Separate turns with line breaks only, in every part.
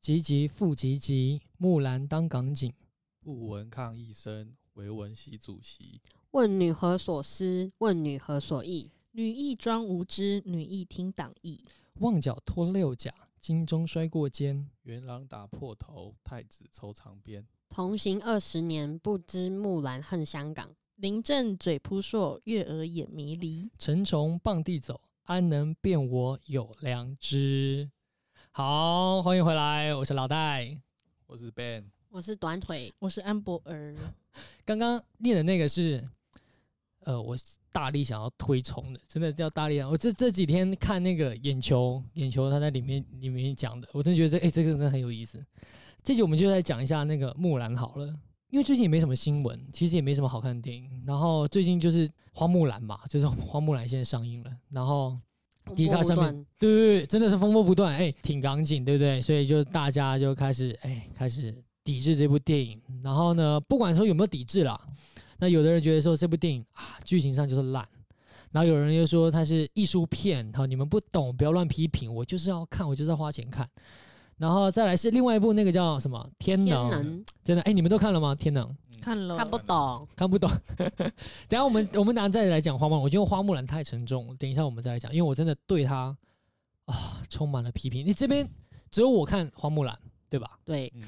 急急复急急，木兰当港警。
不闻抗议声，惟闻习主席。
问女何所思？问女何所忆？
女亦装无知，女亦听党意。
旺角脱六甲，金钟摔过肩。
元朗打破头，太子抽长鞭。
同行二十年，不知木兰恨香港。
林正嘴扑朔，月儿眼迷离。
晨虫傍地走，安能辨我有良知？好，欢迎回来，我是老戴。
我是 Ben，
我是短腿，
我是安博儿，
刚刚念的那个是，呃，我大力想要推崇的，真的叫大力啊！我这这几天看那个眼球，眼球他在里面里面讲的，我真觉得这哎、这个真的很有意思。这集我们就来讲一下那个木兰好了，因为最近也没什么新闻，其实也没什么好看的电影。然后最近就是花木兰嘛，就是花木兰现在上映了，然后迪卡上面
面
对对对，真的是风波不断，哎、挺港警，对不对？所以就大家就开始哎、开始抵制这部电影。然后呢，不管说有没有抵制啦，那有的人觉得说这部电影啊，剧情上就是烂。然后有人又说它是艺术片，好，你们不懂，不要乱批评。我就是要看，我就是要花钱看。然后再来是另外一部那个叫什么《天能》
天能
真的哎，你们都看了吗？《天能》
嗯
看了
看不懂，
看不懂。 等一下我们我们等一下再来讲花木兰，我觉得花木兰太沉重了。等一下我们再来讲，因为我真的对她啊充满了批评。你这边只有我看花木兰，对吧？
对，
嗯，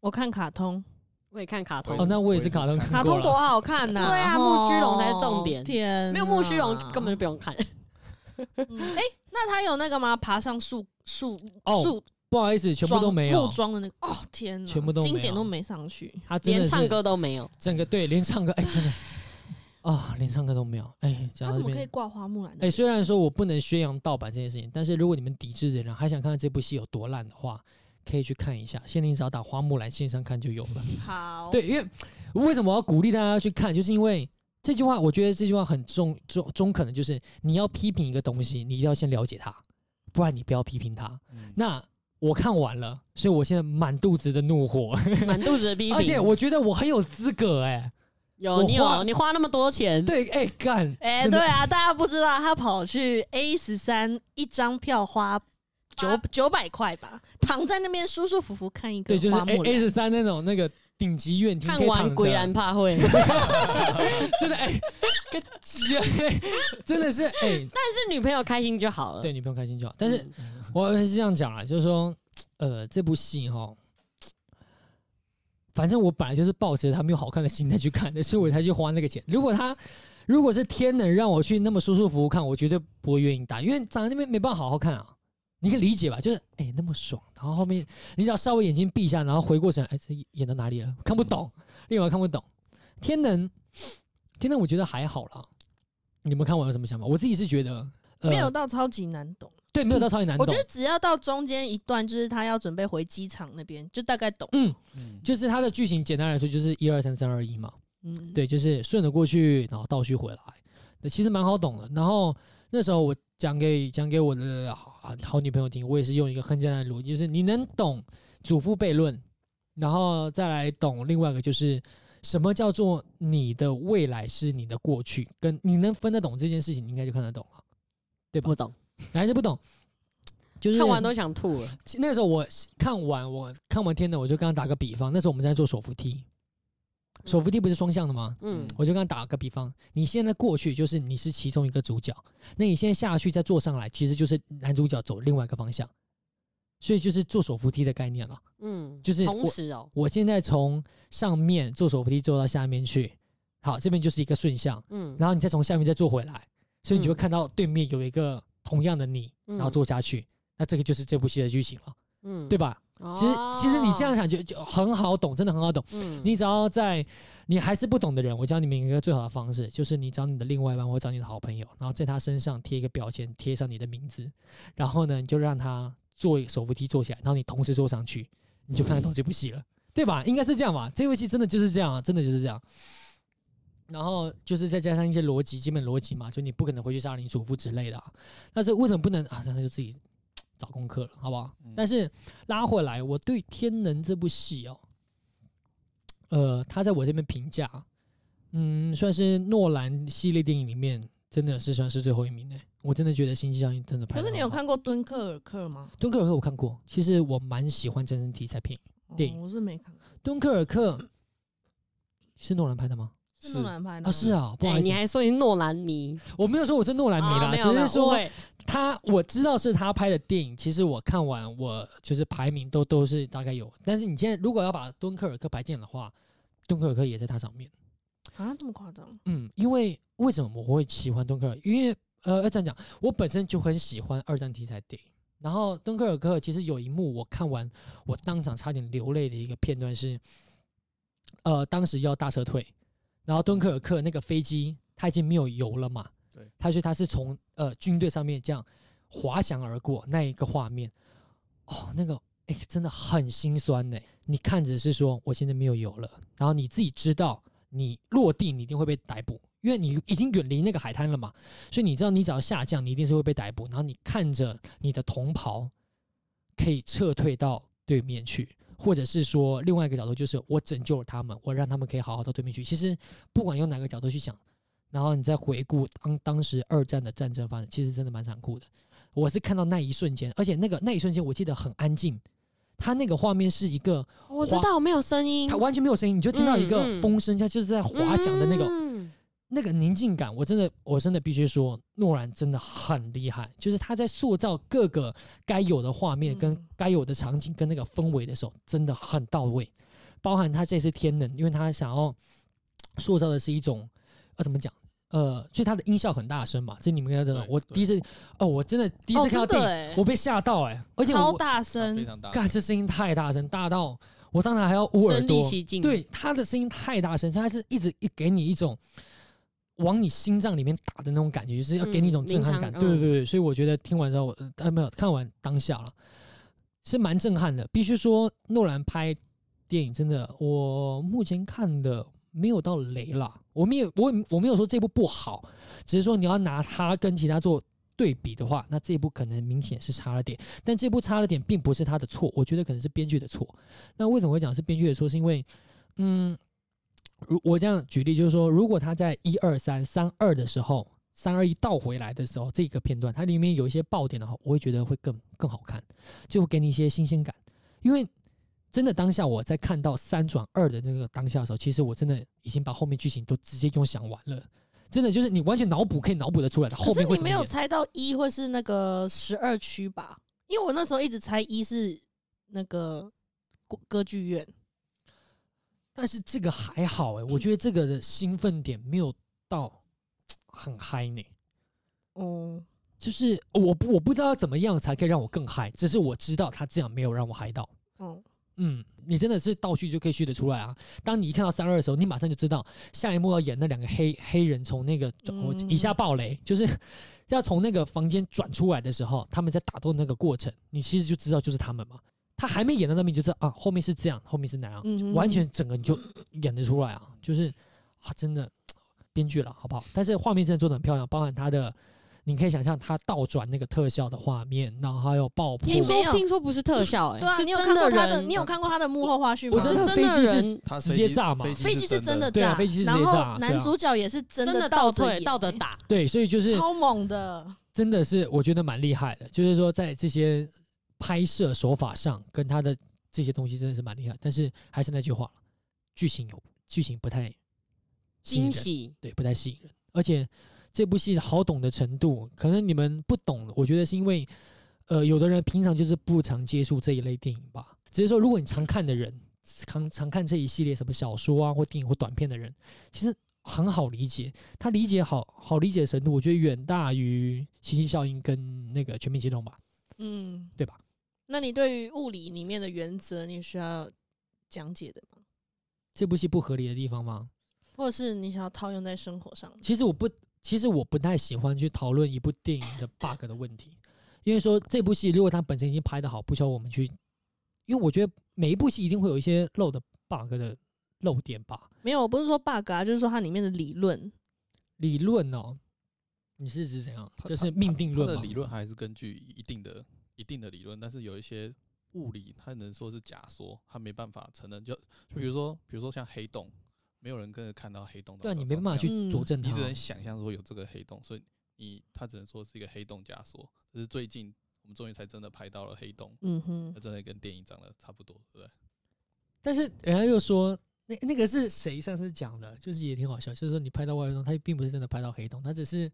我看卡通，
我也看卡
我
通
哦，，那我也
我也
是
是
卡通
看
看
卡
过
通
了
多好看呐、
对啊
吼
木须龙才是重点
天，
没有木须龙根本就不。用看。
哎、诶那他有那个吗？爬上树树
哦
树
不好意思，全部都
桩
没
木
有。
桩的那个，哦天哪，
全部都没有
经典都没上去。
他真
连
的
唱
是
歌都没 有，
整个对，连唱歌哎、真的啊、连唱歌都没有哎。讲
他
到
怎
这
么
边
可以挂花木兰呢？
哎、虽然说我不能宣扬盗版这件事情，但是如果你们抵制的人还想看看这部戏有多烂的话，可以去看一下。现在你只要打花木兰线上看就有了。
好，
对，因为为什么我要鼓励大家去看，就是因为这句话，我觉得这句话很中中中肯的，就是你要批评一个东西，你一定要先了解它，不然你不要批评它。
嗯
那我看完了，所以我现在满肚子的怒火，
满肚子的批评。
而且我觉得我很有资格哎、
有
我
你
花
有你花那么多钱，
对，哎、干，
哎、
真的
对啊，大家不知道他跑去 A 十三一张票花九九百块吧，躺在那边舒舒服服看一个
对，就是
花
A
木兰。
A 十三那种那个顶级院厅，可
看
以躺
完
着
鬼然 怕会。
真的哎， 跟、真的是哎、
但是女朋友开心就好了。嗯
对女朋友开心就好。但是
嗯
我是这样讲啊，就是说，呃，这部戏哈，反正我本来就是抱着他没有好看的心态去看的，所以我才去花那个钱。如果他如果是天能让我去那么舒舒服服看，我绝对不会愿意打，因为长在那边没办法好好看啊。你可以理解吧？就是哎、那么爽，然后后面你只要稍微眼睛闭一下，然后回过神，哎、这演到哪里了？看不懂，另外看不懂。天能，天能，我觉得还好啦。你们看完有什么想法？我自己是觉得、呃、
没有到超级难懂，
对，没有到超级难
我
懂。
觉得只要到中间一段，就是他要准备回机场那边，就大概懂。
嗯，
嗯
就是它的剧情简单来说就是一二三三二一嘛，
嗯，
对，就是顺着过去，然后倒叙回来，那其实蛮好懂的。然后那时候我讲给讲给我的好好女朋友听，我也是用一个很简单的逻辑，就是你能懂祖父悖论，然后再来懂另外一个就是。什么叫做你的未来是你的过去？跟你能分得懂这件事情，你应该就看得懂了。
不懂，
你还是不懂，就是
看完都想吐了。
其那个时候我看完我看完天的，我就跟他打个比方，那时候我们在做手扶梯，手扶梯不是双向的吗？
嗯，
我就跟他打个比方，你现在过去就是你是其中一个主角，那你现在下去再坐上来，其实就是男主角走另外一个方向，所以就是做手扶梯的概念了。
嗯，
就是
同
我
时哦，
我现在从上面坐手扶梯坐到下面去，好，这边就是一个顺向，
嗯，
然后你再从下面再坐回来，所以你就会
嗯
看到对面有一个同样的你，然后
嗯
坐下去，那这个就是这部戏的剧情了，
嗯
对吧？其实其实你这样
哦，
想就就很好懂，真的很好懂。
嗯
你只要在你还是不懂的人，我教你们一个最好的方式，就是你找你的另外一半或找你的好朋友，然后在他身上贴一个标签，贴上你的名字，然后呢，你就让他坐手扶梯坐起来，然后你同时坐上去，你就看得懂这部戏了，对吧？应该是这样吧？这部戏真的就是这样啊，真的就是这样。然后就是再加上一些逻辑，基本逻辑嘛，就你不可能回去杀你祖父之类的、啊。但是为什么不能啊？那就自己找功课了，好不好？
嗯
但是拉回来，我对《天能》这部戏哦，呃，他在我这边评价，嗯，算是诺兰系列电影里面真的是算是最后一名哎、我真的觉得《星际效应》真的拍
可
得很
是
好。
你有看过《敦刻尔克》吗？
敦刻尔克》？我看过，其实我蛮喜欢战争题材片。电影
哦我是没看过，
敦刻尔克是诺兰拍的吗？
是诺兰拍的
啊，是
啊，
啊，不好
哎
意思
你，还说你诺兰迷，
我没有说我是诺兰迷
哦
啦，
没有
只
没有
是
误
说
会
他我知道是他拍的电影。其实我看完，我就是排名都都是大概有。但是你现在如果要把敦刻尔克排进来的话，敦刻尔克也在它上面。
啊，这么夸张？
嗯，因为为什么我会喜欢敦刻尔克？因为呃，要这样讲，我本身就很喜欢二战题材电影。然后敦刻尔克其实有一幕我看完，我当场差点流泪的一个片段是，呃，当时要大撤退，然后敦刻尔克那个飞机它已经没有油了嘛，
对，
它所以它是从呃军队上面这样滑翔而过那一个画面，哦，那个哎、真的很心酸呢、你看着是说我现在没有油了，然后你自己知道你落地你一定会被逮捕，因为你已经远离那个海滩了嘛，所以你知道你只要下降，你一定是会被逮捕。然后你看着你的同袍可以撤退到对面去，或者是说另外一个角度就是我拯救了他们，我让他们可以好好到对面去。其实不管用哪个角度去想，然后你再回顾当当时二战的战争发生，其实真的蛮残酷的。我是看到那一瞬间，而且那个那一瞬间我记得很安静，他那个画面是一个
我知道没有声音，
它完全没有声音，你就听到一
嗯
个
嗯
风声，它就是在滑翔的那个、
嗯
那个宁静感。我真的我真的必须说，诺兰真的很厉害，就是他在塑造各个该有的画面、跟
嗯
该有的场景、跟那个氛围的时候，真的很到位。包含他这次天能，因为他想要塑造的是一种呃怎么讲呃，所以他的音效很大声嘛。这你们应该知道
对，
我
对
第一次哦，我真的第一次
哦
看到
真
电
的
影，
欸
我被吓到哎、而且
超
我啊
大
它
声
非，常大，
干这声音太大声，大到我当场还要捂耳
身临
朵。
其境，
对，他的声音太大声，他是一直一给你一种往你心脏里面打的那种感觉，就是要给你一种
嗯
震撼
鸣
感。
枪
对对
嗯
对，所以我觉得听完之后，我呃没有看完当下了，是蛮震撼的。必须说，诺兰拍电影真的，我目前看的没有到雷啦。我没有，我我没有说这部不好，只是说你要拿它跟其他做。对比的话，那这部可能明显是差了点，但这部差了点并不是他的错，我觉得可能是编剧的错。那为什么会讲是编剧的错？是因为嗯，如我这样举例，就是说，如果他在一二三三二的时候，三二一倒回来的时候，这个片段它里面有一些爆点的话，我会觉得会更更好看，就会给你一些新鲜感。因为真的当下我在看到三转二的那个当下的时候，其实我真的已经把后面剧情都直接用想完了。真的就是你完全脑补可以脑补的出来的，后
可是
面会
你
怎么
没有
演？
猜到一会是那个十二区吧？因为我那时候一直猜一是那个歌歌剧院，
但是这个还好哎、我觉得这个的兴奋点没有到很嗨呢、
哦、
就是我不我不知道要怎么样才可以让我更嗨，只是我知道他这样没有让我嗨到。
哦、
嗯，你真的是倒叙就可以叙得出来啊！当你一看到三二的时候，你马上就知道下一幕要演那两个黑黑人从那个转我
嗯
以下暴雷，就是要从那个房间转出来的时候，他们在打斗那个过程，你其实就知道就是他们嘛。他还没演到那边，你就知道啊，后面是这样，后面是那样，
嗯哼
完全整个你就演得出来 啊！就是啊，真的编剧了，好不好？但是画面真的做的很漂亮，包含他的，你可以想象他倒转那个特效的画面，然后还有爆破，
听
没有
说听说不是特效，哎，
对啊，
是
你有
真
看
的
过他的，
人，
你有看过他的幕后花絮吗？
我知道
是
飞
真
机是
的人，
它
直接炸嘛
飞机是真的
对啊
炸，
飞机是直接
然
炸
后
对啊
男主角也是真
真的
倒
倒
着
退
演欸
倒着，打，
对，所以就是
超猛的。
真的是我觉得蛮厉害的，就是说在这些拍摄手法上跟他的这些东西真的是蛮厉害，但是还是那句话了，剧情有剧情不太吸引
惊
人，
喜，
对，不太吸引人，而且这部戏好懂的程度，可能你们不懂，我觉得是因为呃，有的人平常就是不常接触这一类电影吧，只是说如果你常看的人，常常看这一系列什么小说啊或电影或短片的人，其实很好理解，他理解好好理解的程度，我觉得远大于《星际效应》跟那个《全面启动》吧。
嗯，
对吧？
那你对于物理里面的原则，你需要讲解的吗？
这部戏不合理的地方吗？
或者是你想要套用在生活上？
其实我不，其实我不太喜欢去讨论一部电影 的 bug 的问题，因为说这部戏如果它本身已经拍的好，不需要我们去，因为我觉得每一部戏一定会有一些漏的 bug 的漏点吧。
没有，我不是说 bug 啊，就是说它里面的理论。
理论哦，你是指怎样？
它
就是命定论
它
嘛
的理论还是根据一定的、一定的理论，但是有一些物理，它能说是假说，它没办法承认。就就比如说，比如说像黑洞，没有人跟着看到黑洞到
对啊，
底
你
长
没
什
办
么
法
样子。
去佐证它
你只
啊。
能想象说有这个黑洞，所以你他只能说是一个黑洞枷锁。这是最近我们终于才真的拍到了黑洞，
嗯哼
那，真的跟电影长得差不多，对不对？
但是人家又说，那那个是谁上次讲的？就是也挺好笑，就是说你拍到外太空，它并不是真的拍到黑洞，它只是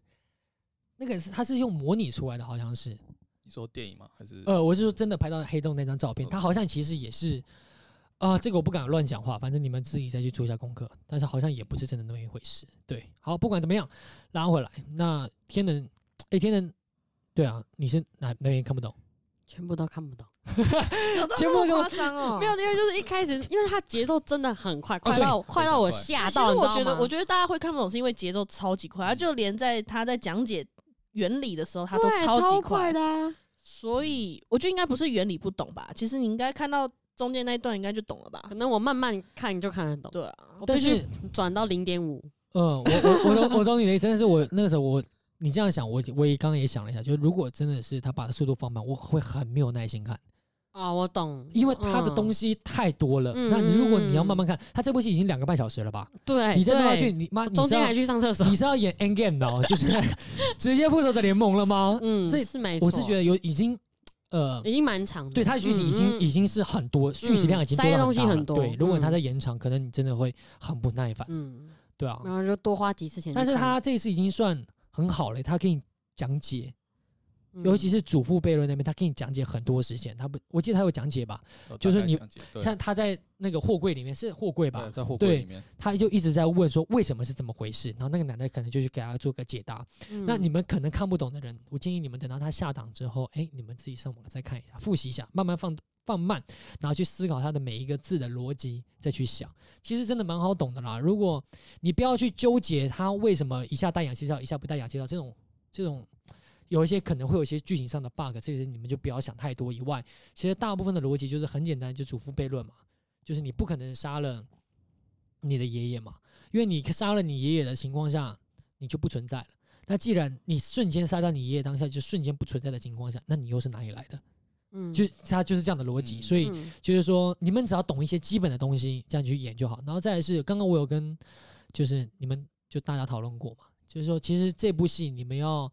那个是它是用模拟出来的，好像是。
你说电影吗？还是
呃，我是说真的拍到黑洞那张照片，
嗯
它好像其实也是，啊、这个我不敢乱讲话，反正你们自己再去做一下功课。但是好像也不是真的那么一回事。对，好，不管怎么样，拉回来。那天能，哎，天能，对啊，你是哪哪边看不懂？
全部都看不懂。
有
全部
那
给我
么夸张哦
没有，因为就是一开始，因为它节奏真的很快，快
哦对
到快到我
非常快
吓
其实
到，
我觉得，我
觉
觉得大家会看不懂，是因为节奏超级快，他就连在他在讲解原理的时候，他都
对
超级
超快的啊。
所以我觉得应该不是原理不懂吧？其实你应该看到中间那一段，应该就懂了吧
可？能我慢慢看就看得懂，
对啊，
我
但
必须
是
转到零点五。
嗯，我我我懂我懂你的意思，但是我那个时候我你这样想，我我也刚刚也想了一下，就是如果真的是他把速度放慢，我会很没有耐心看，
啊，我懂，
哦
嗯
因为他的东
西、
西太多了。
嗯
那你如果你要慢慢看，他这部戏已经两个半小时了吧？
对，
你再慢慢
对
去，你妈你
中
是
间
要
还去上厕 所，
你是要演 End Game 的、哦，就是直接复仇者联盟了吗？
嗯，
这
是没错，
哦我是觉得有已经呃。
已经蛮长的，
对他的剧情已
嗯
经已经是很多，讯息量已经多
塞的
到
东西
大了
很多
对，如果他
嗯
在延长，可能你真的会很不耐烦。
嗯，
对啊
嗯，然后就多花几次钱去
但
看，
是他这次已经算很好了，他给你讲解，
嗯
尤其是祖父悖论那边，他给你讲解很多时间。他不，我记得他有讲解吧？
呃
就是
大概
你
讲解对
像他在那个货柜里面是货柜吧
对，在货
对
柜里面，
他就一直在问说为什么是这么回事，然后那个男的可能就去给他做个解答。
嗯
那你们可能看不懂的人，我建议你们等到他下档之后，哎、你们自己上网再看一下，复习一下，慢慢放放慢，然后去思考他的每一个字的逻辑，再去想，其实真的蛮好懂的啦。如果你不要去纠结他为什么一下带氧气罩，一下不带氧气罩这种这种。有一些可能会有一些剧情上的 bug，这些你们就不要想太多。以外，其实大部分的逻辑就是很简单，就祖父悖论嘛，就是你不可能杀了你的爷爷嘛，因为你杀了你爷爷的情况下，你就不存在了。那既然你瞬间杀掉你爷爷当下就瞬间不存在的情况下，那你又是哪里来的？
嗯
就它就是这样的逻辑，
嗯
所以
嗯
就是说你们只要懂一些基本的东西，这样去演就好。然后再来是刚刚我有跟就是你们就大家讨论过嘛，就是说其实这部戏你们要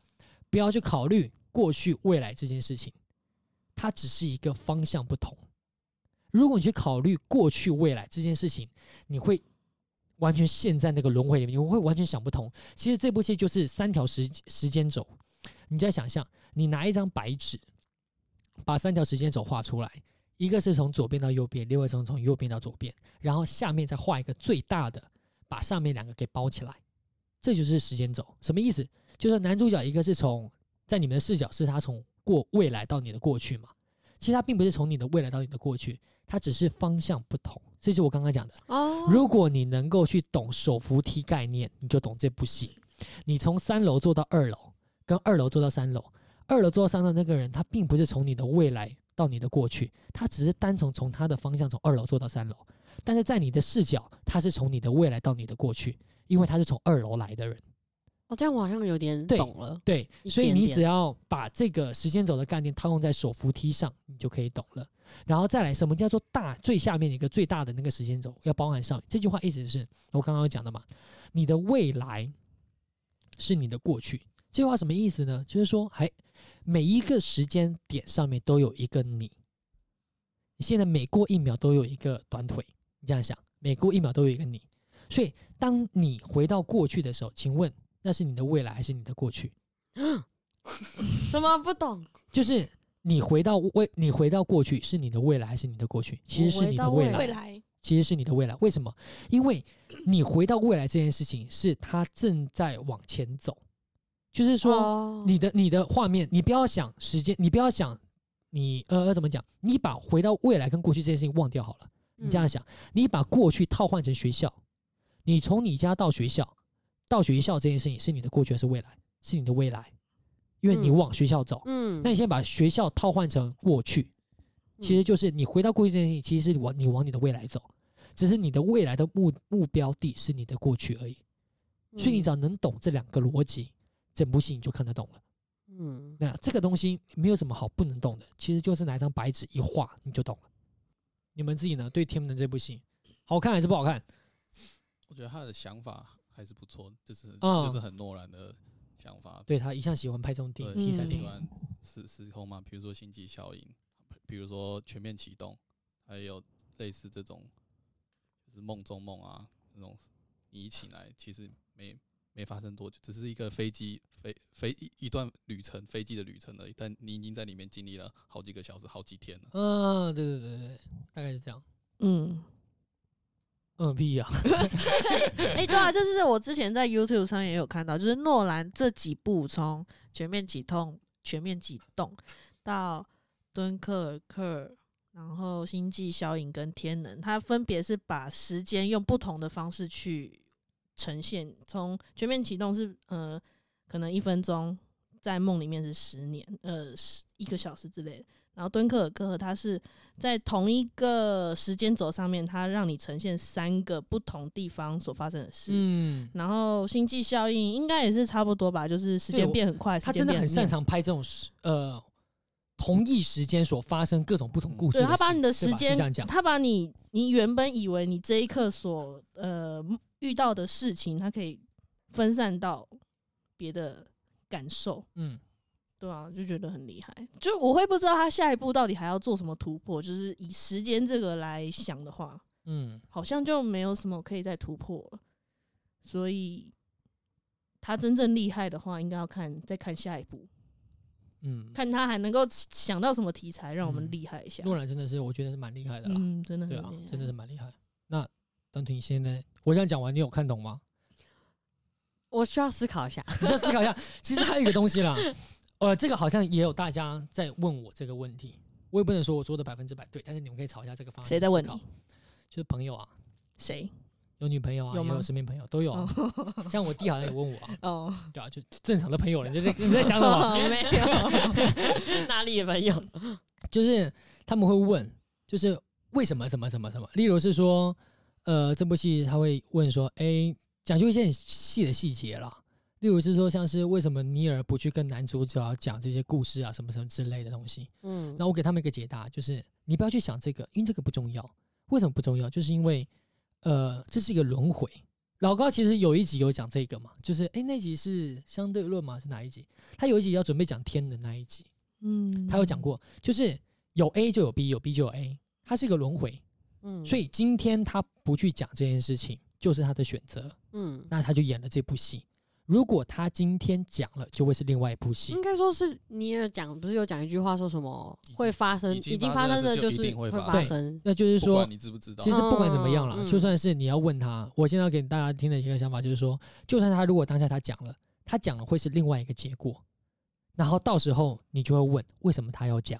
不要去考虑过去未来这件事情，它只是一个方向不同。如果你去考虑过去未来这件事情，你会完全陷在那个轮回里面，你会完全想不通。其实这部戏就是三条时时间轴，你在想象，你拿一张白纸，把三条时间轴画出来，一个是从左边到右边，另外一个是从右边到左边，然后下面再画一个最大的，把上面两个给包起来，这就是时间轴。什么意思？就是男主角一个是从在你们的视角是他从过未来到你的过去嘛，其实他并不是从你的未来到你的过去，他只是方向不同。这就是我刚刚讲的。
哦，
如果你能够去懂手扶梯概念，你就懂这部戏。你从三楼坐到二楼，跟二楼坐到三楼，二楼坐到三楼那个人，他并不是从你的未来到你的过去，他只是单从从他的方向从二楼坐到三楼，但是在你的视角，他是从你的未来到你的过去，因为他是从二楼来的人。
哦，这样我好像有点
对
懂 了，
对，
一
所以
点
你
点
只要把这个时间轴的概念套用在手扶梯上，你就可以懂了。然后再来，什么叫做大最下面一个最大的那个时间轴要包含上面？这句话意思是我刚刚有讲的嘛，你的未来是你的过去。这句话什么意思呢？就是说，还每一个时间点上面都有一个你。你现在每过一秒都有一个短腿，你这样想，每过一秒都有一个你。所以，当你回到过去的时候，请问那是你的未来还是你的过去？
什么不懂？
就是你回到未，你回到过去是你的未来还是你的过去？其
我
实是
回
你的
到
未
未
来，
未来
其实是你的未来。为什么？因为你回到未来这件事情是它正在往前走，就是说
哦
你的你的画面，你不要想时间，你不要想你呃怎么讲，你把回到未来跟过去这件事情忘掉好了。你这样
嗯
想，你把过去套换成学校，你从你家到学校，到学校这件事情是你的过去还是未来？是你的未来，因为你
嗯
往学校走。
嗯，
那你先把学校套换成过去，其实
嗯
就是你回到过去这件事情，其实是往你往你的未来走，只是你的未来的目目标地是你的过去而已。
嗯
所以你只要能懂这两个逻辑，整部戏你就看得懂了。
嗯，
那这个东西没有什么好不能懂的，其实就是拿一张白纸一画你就懂了。你们自己呢？对《天门》这部戏好看还是不好看？
我觉得他的想法还是不错，就是、
嗯
就是很诺兰的想法，
对他一向喜欢拍这种电影
对
题材
嗯
电
喜
影，
欢时时空嘛，比如说星际效应，比如说全面启动，还有类似这种就是梦中梦啊那种，你一起来其实没没发生多久，只是一个飞机飞飞一一段旅程飞机的旅程而已，但你已经在里面经历了好几个小时、好几天了。
嗯，对对对对，大概是这样。
嗯，
嗯，屁呀、
哎、对啊，就是我之前在 YouTube 上也有看到，就是诺兰这几部从《全面启动》《全面启动》到《敦刻尔克》，然后《星际效应》跟《天能》，它分别是把时间用不同的方式去呈现。从《全面启动》是呃，可能一分钟在梦里面是十年，呃，十一个小时之类的。然后《敦刻尔克》它是在同一个时间轴上面，它让你呈现三个不同地方所发生的事。
嗯，
然后星际效应应该也是差不多吧，就是时
对
间
我
变很快，
他
时间
真的
变
很擅
慢。
长拍这种时呃同一时间所发生各种不同故事
对
事。
他把你的
对
时
吧是
间
这样，讲，
他把你你原本以为你这一刻所呃遇到的事情，他可以分散到别的感受，
嗯，
对啊，就觉得很厉害。就我会不知道他下一步到底还要做什么突破，就是以时间这个来想的话，
嗯，
好像就没有什么可以再突破了。所以他真正厉害的话，应该要看再看下一步，
嗯，
看他还能够想到什么题材，让我们
嗯
厉害一下。
诺兰真的是我觉得是蛮厉害的啦，
嗯，真的很
对
厉
啊
害，，
真的是蛮厉害。那短腿，你现在我这样讲完，你有看懂吗？
我需要思考 一下。
你先思考一 下。其实还有一个东西啦，呃，这个好像也有大家在问我这个问题，我也不能说我说的百分之百对，但是你们可以吵一下这个方案。
谁在问你？
就是朋友啊，
谁？
有女朋友啊，
有
也
吗
有身边朋友都有啊。像我弟好像也问我啊，
哦，
对啊，就正常的朋友了。你在你在想什 么？
没有，哪里有朋友？
就是他们会问，就是为什么什么什么什么，例如是说，呃，这部戏他会问说，哎、讲究一些很细的细节啦，例如是说像是为什么尼尔不去跟男主角讲这些故事啊，什么什么之类的东西。
嗯
那我给他们一个解答，就是你不要去想这个，因为这个不重要。为什么不重要？就是因为，呃，这是一个轮回。老高其实有一集有讲这个嘛，就是哎、诶那集是相对论嘛，是哪一集？他有一集要准备讲天的那一集，
嗯，
他有讲，过，就是有 A 就有 B，有 B 就有 A，它是一个轮回。
嗯
所以今天他不去讲这件事情，就是他的选择，
嗯，
那他就演了这部戏。如果他今天讲了，就会是另外一部戏
应。该说是你也讲，不是有讲一句话说什么
已经
会发生，
已经
已经
发
发
生
生
的
的
事
就
就一
是
定会
会
发
发
生
生。
那就是
不
说
管，你知不知道
其，实不管怎么样啦，
嗯嗯
就算是你要问他，我现在要给大家听的一个想法就是说，就算他如果当下他讲了，他讲了会是另外一个结果，然后到时候你就会问为什么他要讲。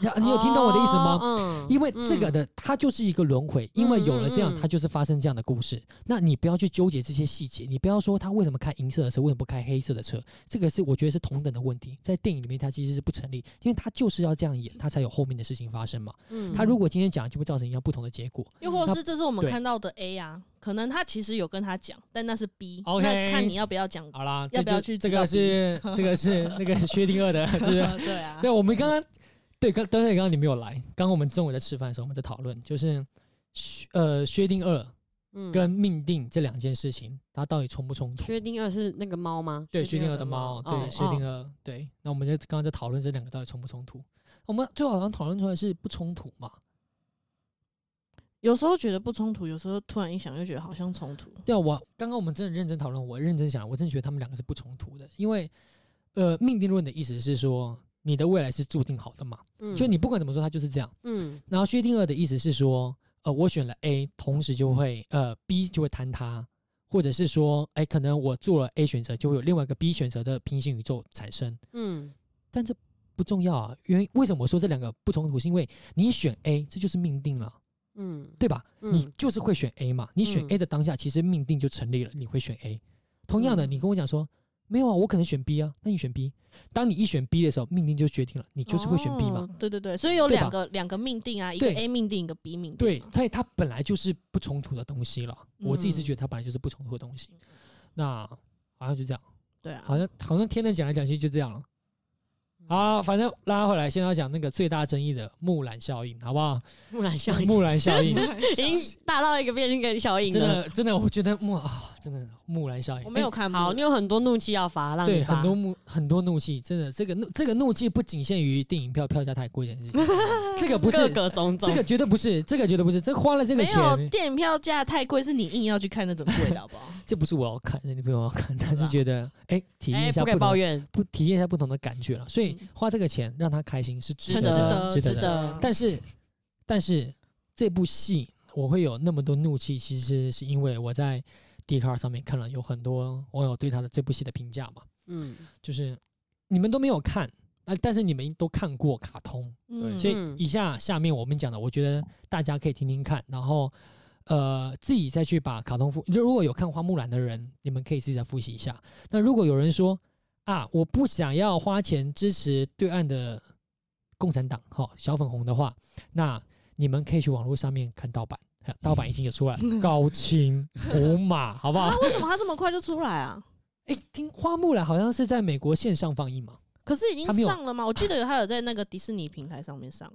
你啊你有听懂我的意思吗？
啊哦嗯
因为这个
嗯
的它就是一个轮回，因为有了这样
嗯嗯，嗯
它就是发生这样的故事。那你不要去纠结这些细节，你不要说他为什么开银色的车，为什么不开黑色的车，这个是我觉得是同等的问题，在电影里面它其实是不成立，因为它就是要这样演，它才有后面的事情发生嘛。
嗯
他如果今天讲，就会造成一样不同的结果。
又或是这是我们
对
看到的 A 啊，可能他其实有跟他讲，但那是 B，
OK
那看你要不要讲。
好啦，
嗯要
这
不要
就
去
这
知道
个是这个是那个薛定谔的， 是不是？
对啊，
对，我们刚刚对刚对对，刚刚你没有来，刚刚我们中午在吃饭的时候，我们在讨论就是薛呃薛定谔
嗯
跟命定这两件事情，它到底冲不冲突？
薛定谔是那个猫吗？
对，薛定谔
谔
的
的
猫，
猫
对，
哦
薛定谔，对。那我们就刚刚在讨论这两个到底冲不冲突？我们最后好像讨论出来是不冲突嘛？
有时候觉得不冲突，有时候突然一想又觉得好像冲突。
对啊，我刚刚我们真的认真讨论，我认真想，我真的觉得他们两个是不冲突的，因为呃，命定论的意思是说你的未来是注定好的嘛，
嗯
就你不管怎么说，它就是这样。
嗯
然后薛定谔的意思是说，呃，我选了 A，同时就会呃 B 就会坍塌，或者是说，哎，可能我做了 A 选择，就会有另外一个 B 选择的平行宇宙产生。
嗯
但这不重要啊，因为为什么我说这两个不冲突？是因为你选 A，这就是命定了，
嗯，
对吧？
嗯
你就是会选 A 嘛，你选
嗯
A 的当下，其实命定就成立了，你会选 A。同样的，
嗯
你跟我讲说。没有啊，我可能选 B 啊，那你选 B。当你一选 B 的时候，命定就决定了，你就是会选 B 嘛。
哦对对对，所以有
对吧
两个两个命定啊，一个
对
A 命定，一个 B 命定。
对，，所以它本来就是不冲突的东西了。我自己是
嗯
觉得它本来就是不冲突的东西。那好像就这样，
对啊，
好像好像天能讲来讲去就这样了。好，反正拉回来，先要讲那个最大争议的木兰效应，好不好？
木兰效应
木兰效应
已经大到一个变成一个效应
真
了。
的真的，我觉得木啊，真的木兰效应。
我没有看过。
好，你有很多怒气要发，让
嗯对，
你发
很多怒很多怒气，真的，这个怒这个怒气不仅限于电影票票价太贵 这件事情，这个不是
各，个种种
这。个绝对不是，这个绝对不是，这花了这个
没有
钱，
电影票价太贵，是你硬要去看那种贵的，好不好？
这不是我要看，是你朋友要看，但
对
是
啊
觉得哎，体验
哎，
一下不
不可以
同
抱怨，嗯
不体验一下不同的感觉了，所以花这个钱让他开心是值
值
的，啊
得
值
值
的。
得
但是，但是这部戏我会有那么多怒气，其实是因为我在 d c a r 上面看了有很多网友对他的这部戏的评价嘛，
嗯，
就是你们都没有看，啊，但是你们都看过卡通，
嗯，
所
所以
以以下下面我们讲的，我觉得大家可以听听看，然后呃自己再去把卡通复，就如果有看花木兰的人，你们可以自己再复习一下。那如果有人说啊，我不想要花钱支持对岸的共产党，哈、小粉红的话，那你们可以去网络上面看盗版，还有盗版已经有出来了高清无码，好不好？
为什么他这么快就出来啊？
哎、听花木兰好像是在美国线上放映嘛，
可是已经
他没有
上了吗？我记得他有在那个迪士尼平台上面上。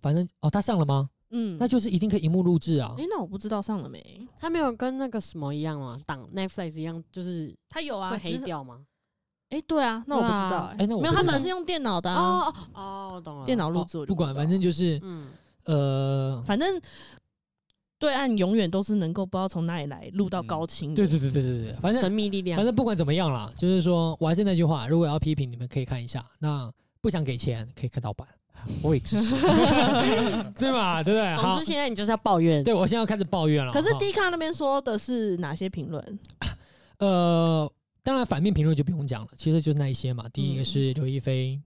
反正哦，它上了吗？
嗯，
那就是一定可以荧幕录制啊。
诶，那我不知道上了没？
他没有跟那个什么一样吗？档 Netflix 一样，就是
他有啊，
会
只
黑
是。
掉吗？
诶，对啊，那我不知道
诶
诶，
那我
没有，
不
他
知道
们是用电脑的啊，
哦哦哦，我懂了，
电脑录
哦
制我就
不管，
知道
反正就是
嗯，
呃，
反正对岸永远都是能够不知道从哪里来录到高清的。
对对对对对对，反正
神秘力量
反，正不管怎么样啦，就是说我还是那句话，如果要批评，你们可以看一下。那不想给钱，可以看 盗版，我也支持，对吧？对不对？
总
好
之，现在你就是要抱怨，
对我现在要开始抱怨了。
可是
哈
D 卡那边说的是哪些评论？
呃，当然反面评论就不用讲了，其实就那一些嘛。第一个
嗯
是刘亦菲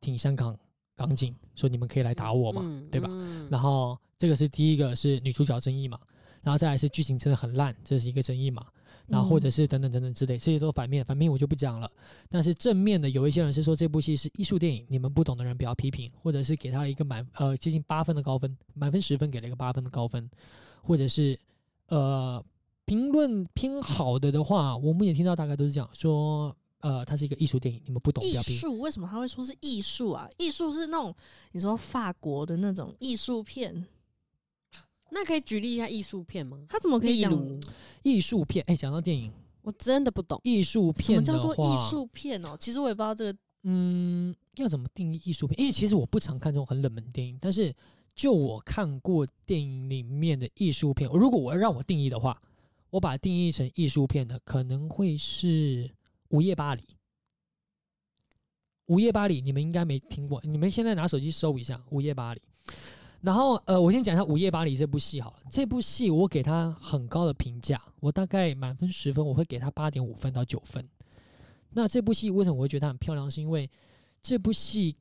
挺香港港警，说你们可以来打我嘛，
嗯
对吧？
嗯
然后这个是第一个是女主角争议嘛，然后再来是剧情真的很烂，这是一个争议嘛。然后或
嗯
者是等等等等之类，这些都反面，反面我就不讲了。但是正面的有一些人是说这部戏是艺术电影，你们不懂的人不要批评，或者是给他一个满呃接近八分的高分，满分十分给了一个八分的高分，或者是呃评论偏好的的话，我们也听到大概都是这样说，呃，它是一个艺术电影，你们不懂不
艺
要批评。
术为什么他会说是艺术啊？艺术是那种你说法国的那种艺术片，
那可以举例一下艺术片吗？
他怎么可以
例
讲？
如，
艺术片，哎，讲到电影，
我真的不懂，
艺术
什么
片的
叫
话，
做艺术片哦、其实我也不知道这个
嗯，要怎么定义艺术片？因为其实我不常看这种很冷门的电影，但是就我看过电影里面的艺术片，如果我要让我定义的话，我把它定义成艺术片的可能会是《午夜巴黎》。《午夜巴黎》你们应该没听过，你们现在拿手机搜一下《午夜巴黎》。然后呃，我先讲一下《午夜巴黎》这部戏好了。这部戏我给它很高的评价，我大概满分十分，我会给它八点五分到九分。那这部戏为什么我会觉得它很漂亮？是因为这部戏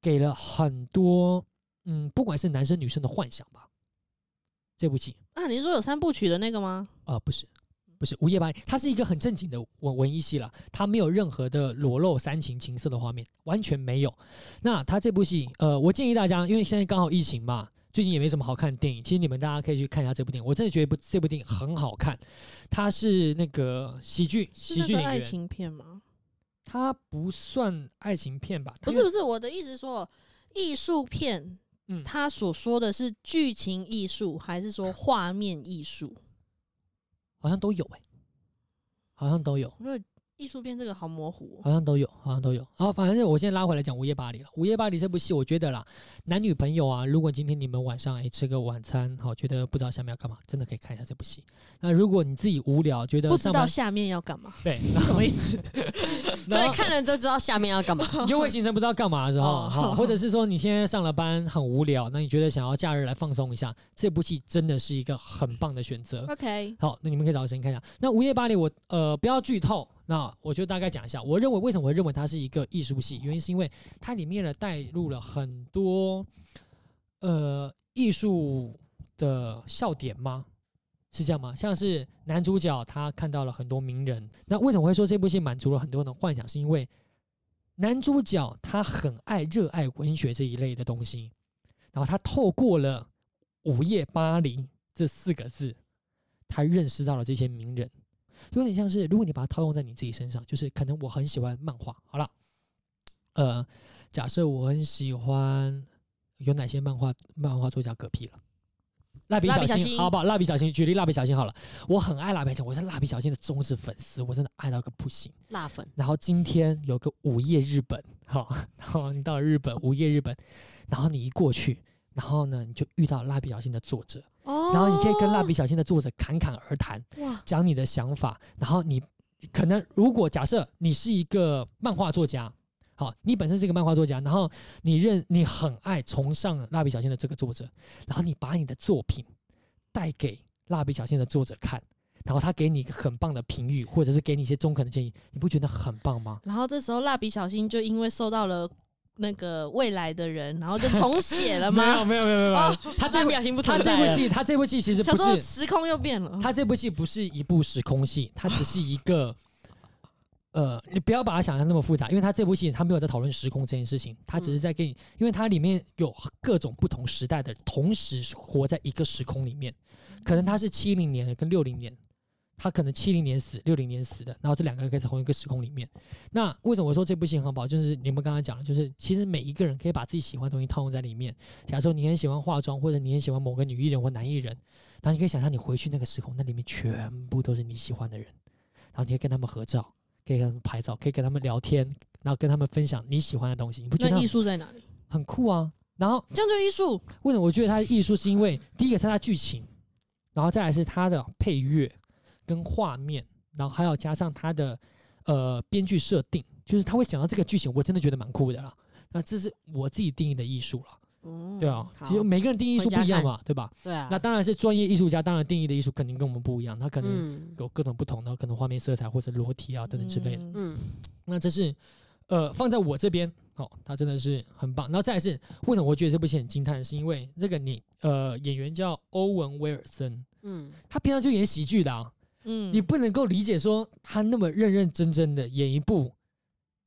给了很多嗯，不管是男生女生的幻想吧。这部戏
啊，你是说有三部曲的那个吗？
啊、呃不是不是《午夜巴黎》，它是一个很正经的文文艺戏啦，它没有任何的裸露煽情情色的画面，完全没有。那它这部戏，呃，我建议大家，因为现在刚好疫情嘛。最近也没什么好看的电影，其实你们大家可以去看一下这部电影，我真的觉得不这部电影很好看。它是那个喜剧
是
喜
那
剧
个
演
爱
员，
情片吗？
它不算爱情片吧？它
不
有
是不是，我的意思是说，艺术片，
嗯
他所说的是剧情艺术，还是说画面艺术？
好像都有哎、好像都有，
我觉得艺术片这个好模糊哦、
好像都有，好像都有。好，反正我先拉回来讲《午夜巴黎》了。《午夜巴黎》这部戏，我觉得啦，男女朋友啊，如果今天你们晚上哎吃个晚餐，好，觉得不知道下面要干嘛，真的可以看一下这部戏。那如果你自己无聊，觉得
不
哦
知
上
道
班
下面要干嘛，
对，
是 什么 意思？
所
然
以
后
看了就知道下面要干嘛。
你就会行程不知道干嘛的时候，
哦
好，或者是说你现在上了班很无聊，那你觉得想要假日来放松一下，这部戏真的是一个很棒的选择。
OK，
好，那你们可以找时间看一下。那《午夜巴黎》我，呃不要剧透，那我就大概讲一下。我认为为什么会认为它是一个艺术系，原因是因为它里面呢带入了很多呃艺术的笑点吗？是这样吗？像是男主角他看到了很多名人，那为什么会说这部戏满足了很多人的幻想？是因为男主角他很爱热爱文学这一类的东西，然后他透过了“午夜巴黎”这四个字，他认识到了这些名人，有点像是如果你把它套用在你自己身上，就是可能我很喜欢漫画，好了，呃，假设我很喜欢有哪些漫画漫画作家嗝屁了，蜡笔
蜡
小
笔小
新，
新
好不好？蜡笔小新，举例蜡笔小新好了，我很爱蜡笔小新，我是蜡笔小新的忠实粉丝，我真的爱到一个不行。
辣粉，
然后今天有个午夜日本，好， 然后你到了日本午夜日本，然后你一过去，然后呢你就遇到蜡笔小新的作者，
哦
然后你可以跟蜡笔小新的作者侃侃而谈，
哇，
讲你的想法，然后你可能如果假设你是一个漫画作家，好，你本身是一个漫画作家，然后你认你很爱崇尚蜡笔小新的这个作者，然后你把你的作品带给蜡笔小新的作者看。然后他给你一个很棒的评语，或者是给你一些中肯的建议，你不觉得很棒吗？
然后这时候蜡笔小新就因为受到了那个未来的人，然后就重写了 吗？
没有没有没有没有，他这
那
部
表哦情不
他
存
这
在
部
了。
戏他这部戏其实
小
不
时候
是
时空又变了，
他这部戏不是一部时空戏，它只是一个。呃，你不要把它想象那么复杂，因为他这部戏他没有在讨论时空这件事情，他
嗯
只是在给你，因为它里面有各种不同时代的，同时活在一个时空里面，
嗯
可能他是七零年的跟六零年，他可能七零年死，六零年死的，然后这两个人可以在同一个时空里面。那为什么我说这部戏很好？就是你们刚刚讲的，就是其实每一个人可以把自己喜欢的东西套用在里面。假如说你很喜欢化妆，或者你很喜欢某个女艺人或男艺人，然后你可以想象你回去那个时空，那里面全部都是你喜欢的人，然后你可以跟他们合照，可以跟他们拍照，可以跟他们聊天，然后跟他们分享你喜欢的东西，你不觉得
那艺
很
术在哪里？
很酷啊？然后
这样就艺术，
为什么我觉得它的艺术是因为第一个是它的剧情，然后再来是它的配乐跟画面，然后还有加上它的呃编剧设定，就是他会想到这个剧情，我真的觉得蛮酷的啦。那这是我自己定义的艺术了，
嗯
对啊，
好
其实每个人定义艺术
回家
不一样
看
嘛，对吧？
对啊，
那当然是专业艺术家，当然定义的艺术肯定跟我们不一样，他可能
嗯
有各种不同的，可能画面色彩或者裸体啊等等之类的。
嗯
嗯，
那这是呃放在我这边，哦，他真的是很棒。然后再来是为什么我觉得这部戏很惊叹，是因为这个你呃演员叫欧文威尔森，
嗯，
他平常就演喜剧的、啊，
嗯
你不能够理解说他那么认认真真的演一部，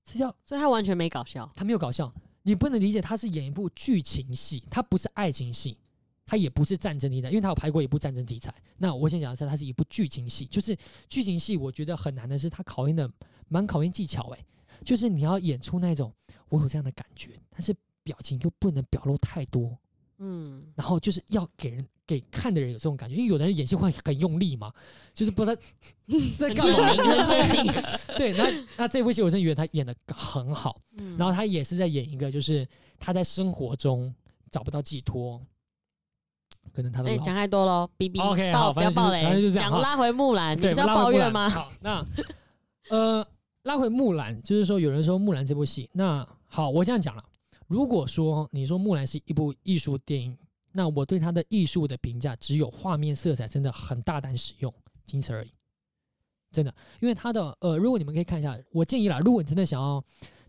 是叫
所以他完全没搞笑，
他没有搞笑，你不能理解他是演一部剧情戏，他不是爱情戏，他也不是战争题材，因为他有拍过一部战争题材。那我先讲一下，它是一部剧情戏，就是剧情戏，我觉得很难的是它考验的蛮考验技巧诶、就是你要演出那种我有这样的感觉，但是表情又不能表露太多，
嗯，
然后就是要给人给看的人有这种感觉，因为有的人演戏会很用力嘛，就是不知道是在干嘛， 对，那那这部戏我真的觉得他演的很好。
嗯
然后他也是在演一个，就是他在生活中找不到寄托，可能他的
哎，
老
讲太多喽，B B，
好，OK，好
爆不要
反正就是
爆
反正就
雷，
这样
讲
好
拉回木兰，你
对
不是要
拉回
抱
木
怨
兰
吗？
好，那呃，拉回木兰，就是说有人说木兰这部戏，那好，我这样讲了，如果说你说木兰是一部艺术电影，那我对它的艺术的评价只有画面色彩真的很大胆使用，仅此而已，真的，因为它的呃，如果你们可以看一下，我建议啦，如果你真的想要。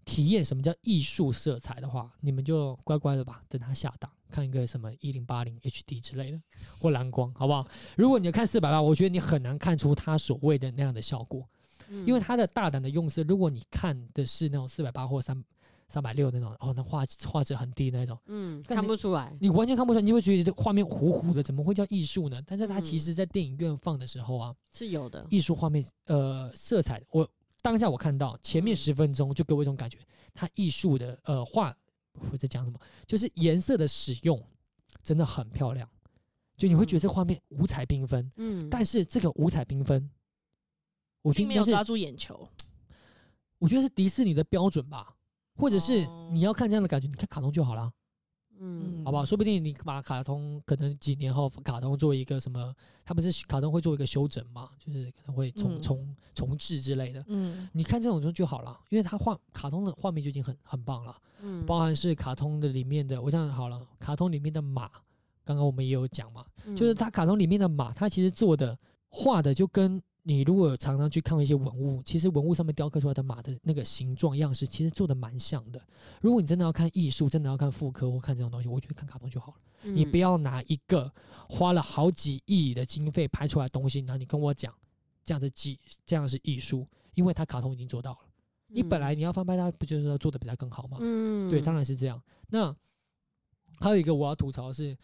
体验什么叫艺术色彩的话，你们就乖乖的吧，等它下档看一个什么一零八零 HD 之类的或蓝光，好不好？如果你要看四百万，我觉得你很难看出它所谓的那样的效果， 因为
嗯
它的大胆的用色，如果你看的是那种四百八或三三百六那种，哦，那画画质很低那种，
嗯
干
看
你
不出来，
你完全看不出来，你会觉得这画面糊糊的，怎么会叫艺术呢？但是它其
嗯
实在电影院放的时候啊，
是有的，
艺术画面呃色彩，我当下我看到前面
嗯
十分钟就给我一种感觉，它艺术的呃画我在讲什么，就是颜色的使用真的很漂亮，就你会觉得这画面五彩缤纷。
嗯，
但是这个五彩缤纷，我觉得应
并没
该
有
是，
抓住眼球，
我觉得是迪士尼的标准吧，或者是
哦
你要看这样的感觉，你看卡通就好啦，
嗯
好不好？说不定你把卡通可能几年后卡通做一个什么，它不是卡通会做一个修整嘛，就是可能会重
嗯
重重置之类的。
嗯，
你看这种就就好了，因为它画卡通的画面就已经很很棒了，
嗯
包含是卡通的里面的，我想好了，卡通里面的马，刚刚我们也有讲嘛，就是
嗯
它卡通里面的马，它其实做的画的就跟你如果常常去看一些文物，其实文物上面雕刻出来的马的那个形状样式，其实做的蛮像的。如果你真的要看艺术，真的要看复刻或看这种东西，我觉得看卡通就好了。你
嗯
不要拿一个花了好几亿的经费拍出来的东西，然后你跟我讲这样的技这样是艺术，因为它卡通已经做到了。你本
嗯
来你要翻拍它，不就是要做的比它更好吗？
嗯，
对，当然是这样。那还有一个我要吐槽的是，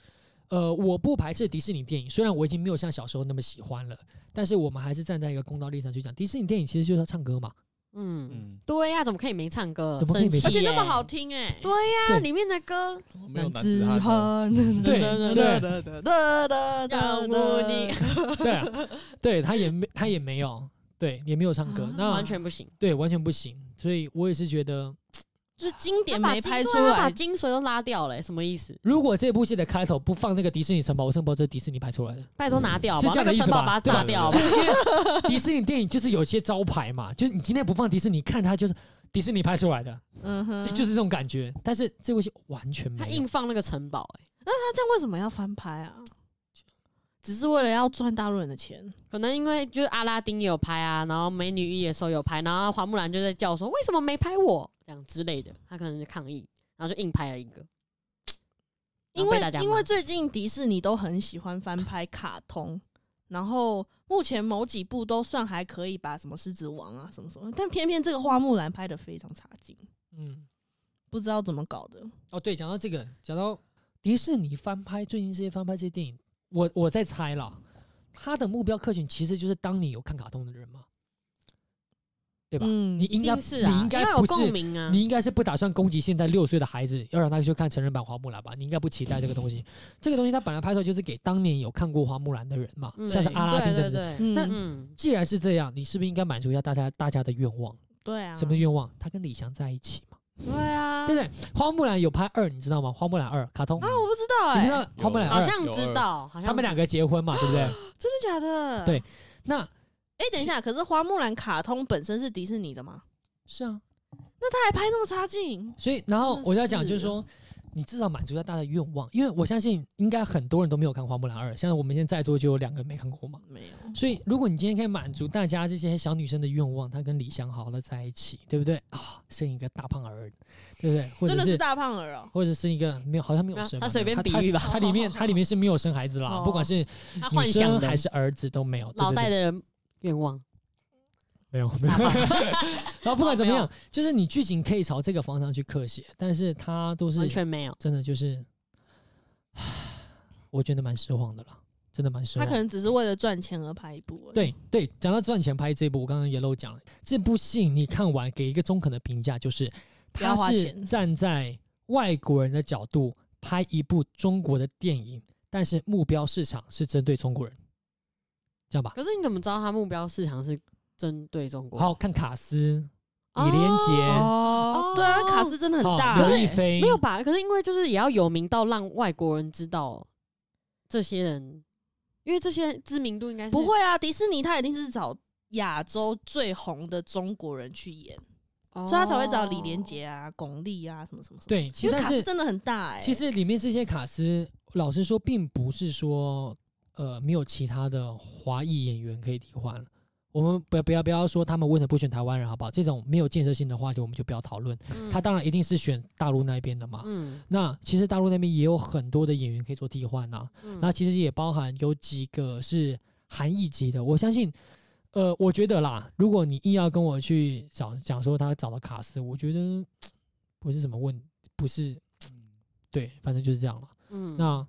呃，我不排斥迪士尼电影，虽然我已经没有 像小时候那么喜欢了，但是我们还是站在一个公道立场去讲，迪士尼电影其实就是要唱歌嘛，
嗯，
嗯，
对呀、怎么可以没唱歌？
怎么可以没
生气
而且那么
耶
好听哎、
对呀、
对
里面的歌
没有男子汉哦的，
对对
让我你
对啊，对，他也没他也没有，对，也没有唱歌，那
啊完全不行，
对完全不行，所以我也是觉得，
就是经典
他把
没
精
拍
对
出
他把
来，
精髓都拉掉了、什么意思？
如果这部戏的开头不放那个迪士尼城堡，我真不知道这是迪士尼拍出来的。
拜托拿掉
是
吧，
这
那
样的
个
意思
城堡把它
吧
炸掉
就
吧。
是因为迪士尼电影就是有一些招牌嘛，就是你今天不放迪士尼，看它就是迪士尼拍出来的，
嗯哼
这就是这种感觉。但是这部戏完全没
他
有
硬，放那个城堡、欸，
那这样为什么要翻拍啊？只是为了要赚大陆人的钱，
可能因为就是阿拉丁也有拍啊，然后美女与野兽有拍，然后花木兰就在叫说为什么没拍我这样之类的，他可能是抗议，然后就硬拍了一个。
因
然后
为
被大家骂
因为最近迪士尼都很喜欢翻拍卡通，然后目前某几部都算还可以吧，什么狮子王啊，什么什么，但偏偏这个花木兰拍的非常差劲，
嗯，
不知道怎么搞的。
哦，对，讲到这个，讲到迪士尼翻拍最近这些翻拍这些电影，我我在猜啦，他的目标客群其实就是当你有看卡通的人嘛，对吧？
嗯
你应该
一定是啊，
你应该
因为有
不是
共鸣啊，
你应该是不打算攻击现在六岁的孩子，要让他去看成人版花木兰吧？你应该不期待这个东西。这个东西它本来拍出来就是给当年有看过花木兰的人嘛，
嗯
像是阿拉丁
对
的
对
人。
对，
嗯
那
嗯，
既然是这样，你是不是应该满足一下大家大家的愿望？
对啊，
什么愿望？他跟李翔在一起嘛，
对啊，
对不对？花木兰有拍二，你知道吗？花木兰二卡通，
啊，我不知道
你
哎、
知道花木兰
嗯好
二，
像
有
知
二
道，好像
他们
知
两个结婚 嘛，对不对？
真的假的？
对那
哎、等一下，可是花木兰卡通本身是迪士尼的吗？
是啊，
那他还拍那么差劲？
所以然后
真的
我要讲
是
就是说。你至少满足一下大家的愿望，因为我相信应该很多人都没有看《花木兰二》，像我们现在在座就有两个没看过嘛。
没有，
所以，如果你今天可以满足大家这些小女生的愿望，她跟李湘好好的在一起，对不对啊？生一个大胖儿，对不对？或
真
者
的
是
是大胖儿哦、
或者是一个没有，好像没有
没有
生吧。
啊她随便
没有
比喻吧
她她她里面她里面是没有生孩子啦，
哦
不管是
道他幻
女
想
生
的
还是儿子都没有。对
脑
对
袋
对
的愿望，
没有没有。 然后不管怎么
哦
样，就是你剧情可以朝这个方向去刻写，但是它都
完
是
全没有。
真的就是，我觉得蛮失望的啦，真的蛮失
他
望
可。能只是为了赚钱而拍一部、欸。，
对对，讲到赚钱拍这一部，我刚刚也漏讲了，这部戏你看完给一个中肯的评价，就是
不要
他
花
是
钱
站在外国人的角度拍一部中国的电影，但是目标市场是针对中国人，这样吧？
可是你怎么知道他目标市场是针对中国？
好看卡斯、
哦
李连杰、
哦，对啊，
哦
卡斯真的很
哎哦
大、
刘
欸
亦菲，
没有吧？可是因为就是也要有名到让外国人知道这些人，因为这些知名度应该是
不会啊，迪士尼他一定是找亚洲最红的中国人去演，
哦，
所以他才会找李连杰啊、巩俐啊什么什么什么。，
对，其
因
实但
为卡斯
是
真的很大哎、
其实里面这些卡斯，老实说，并不是说呃没有其他的华裔演员可以替换了。我们不要不要不要说他们为什么不选台湾人，好不好？这种没有建设性的话题，我们就不要讨论。
嗯，
他当然一定是选大陆那边的嘛。
嗯
那其实大陆那边也有很多的演员可以做替换呐、
嗯
那其实也包含有几个是韩裔级的，我相信。呃，我觉得啦，如果你硬要跟我去讲讲说他找了卡斯，我觉得不是什么问，不是对，反正就是这样了。
嗯
那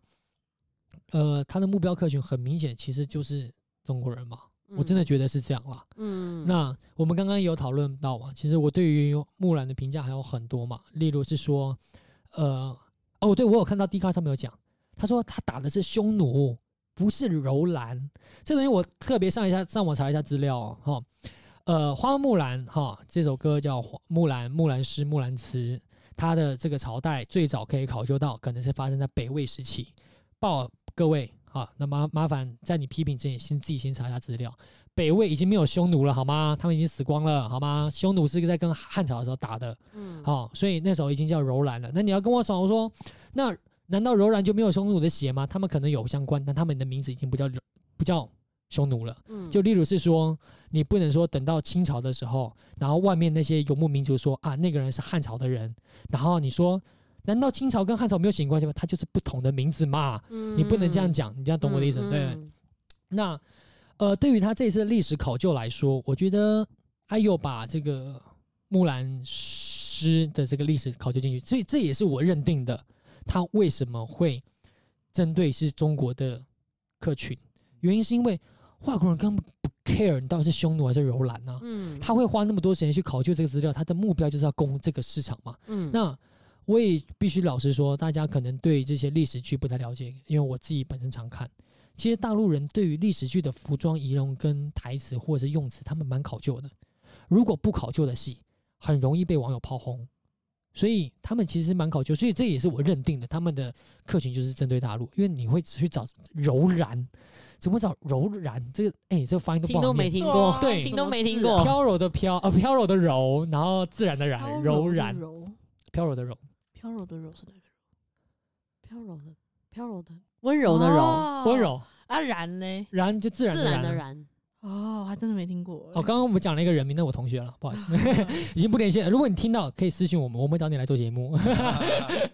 呃，他的目标客群很明显，其实就是中国人嘛。我真的觉得是这样啦。
嗯
那我们刚刚也有讨论到嘛，其实我对于木兰的评价还有很多嘛，例如是说，呃，哦，对我有看到 D 卡上面有讲，他说他打的是匈奴，不是柔兰。这东西我特别上一下上网查了一下资料哦，哈、呃，花木兰哈、这首歌叫花《木兰》，木兰诗、木兰词，它的这个朝代最早可以考究到，可能是发生在北魏时期。报各位啊，那麻麻烦在你批评之前，先自己先查一下资料。北魏已经没有匈奴了，好吗？他们已经死光了，好吗？匈奴是在跟汉朝的时候打的，
嗯
好、所以那时候已经叫柔然了。那你要跟我讲说，那难道柔然就没有匈奴的血吗？他们可能有相关，但他们的名字已经不叫柔不叫匈奴了。
嗯
就例如是说，你不能说等到清朝的时候，然后外面那些游牧民族说啊，那个人是汉朝的人，然后你说，难道清朝跟汉朝没有血缘关系吗？他就是不同的名字嘛，你不能这样，讲，你这样
嗯
懂我的意思？
嗯
对。
嗯
那呃，对于他这次的历史考究来说，我觉得他又把这个木兰诗的这个历史考究进去，所以这也是我认定的，他为什么会针对是中国的客群，原因是因为外国人根本不 care 你到底是匈奴还是柔兰啊？
嗯，
他会花那么多时间去考究这个资料，他的目标就是要攻这个市场嘛。
嗯，
那我也必须老实说，大家可能对这些历史剧不太了解，因为我自己本身常看。其实大陆人对于历史剧的服装、仪容跟台词或者是用词，他们蛮考究的。如果不考究的戏，很容易被网友炮轰。所以他们其实蛮考究，所以这也是我认定的，他们的客群就是针对大陆，因为你会去找柔然，怎么找柔然？这个哎、这个哦发音都不好
听都没
念
啊
听过，
对
听都没听
什
过，
飘柔的飘，呃，飘柔的柔，然后自然的
飘
然，
柔
柔
的
然，
柔，
飘柔的柔，
飘柔的柔是哪个？
飘柔的飘柔的温柔的柔，
哦
温柔，
啊，然嘞？
然就自然
自然的
然。
然，
哦，还真的没听过欸。
哦，刚刚我们讲了一个人名，那我同学了，不好意思，已经不连线了。如果你听到，可以私信我们，我们找你来做节目。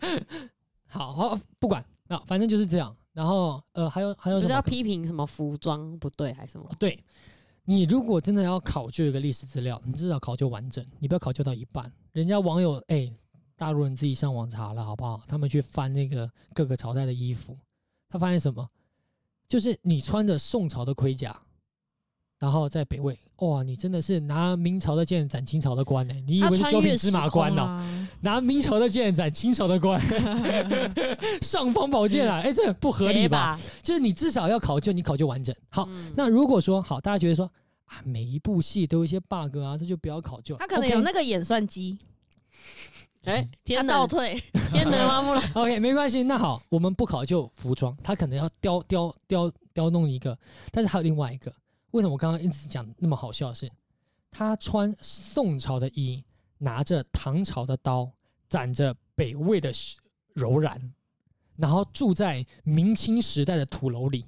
嗯
好，好，不管，那、反正就是这样。然后，呃，还有还有
不
什
是要
么？
批评什么服装不对还是什么？
对，你如果真的要考究一个历史资料，你至少考究完整，你不要考究到一半。人家网友哎、大陆人自己上网查了好不好？他们去翻那个各个朝代的衣服，他发现什么？就是你穿着宋朝的盔甲，然后在北魏，哇，你真的是拿明朝的剑斩清朝的官呢、你以
他
为是
穿
九
越
品
时
芝麻官
空
呢、
啊
拿明朝的剑斩清朝的官， 尚方宝剑啊，
嗯
哎、这很不哦合理
黑
吧？？就是你至少要考究，你考究完整。好，
嗯
那如果说好，大家觉得说啊，每一部戏都有一些 bug 啊，这就不要考究。
他可能有
OK
那个演算机，
哎，
他
天
倒
能
退，
天能花木兰，
OK，没关系。那好，我们不考究服装，他可能要雕雕雕雕弄一个，但是还有另外一个，为什么我刚刚一直讲那么好笑的是，他穿宋朝的衣，拿着唐朝的刀，斩着北魏的柔然，然后住在明清时代的土楼里，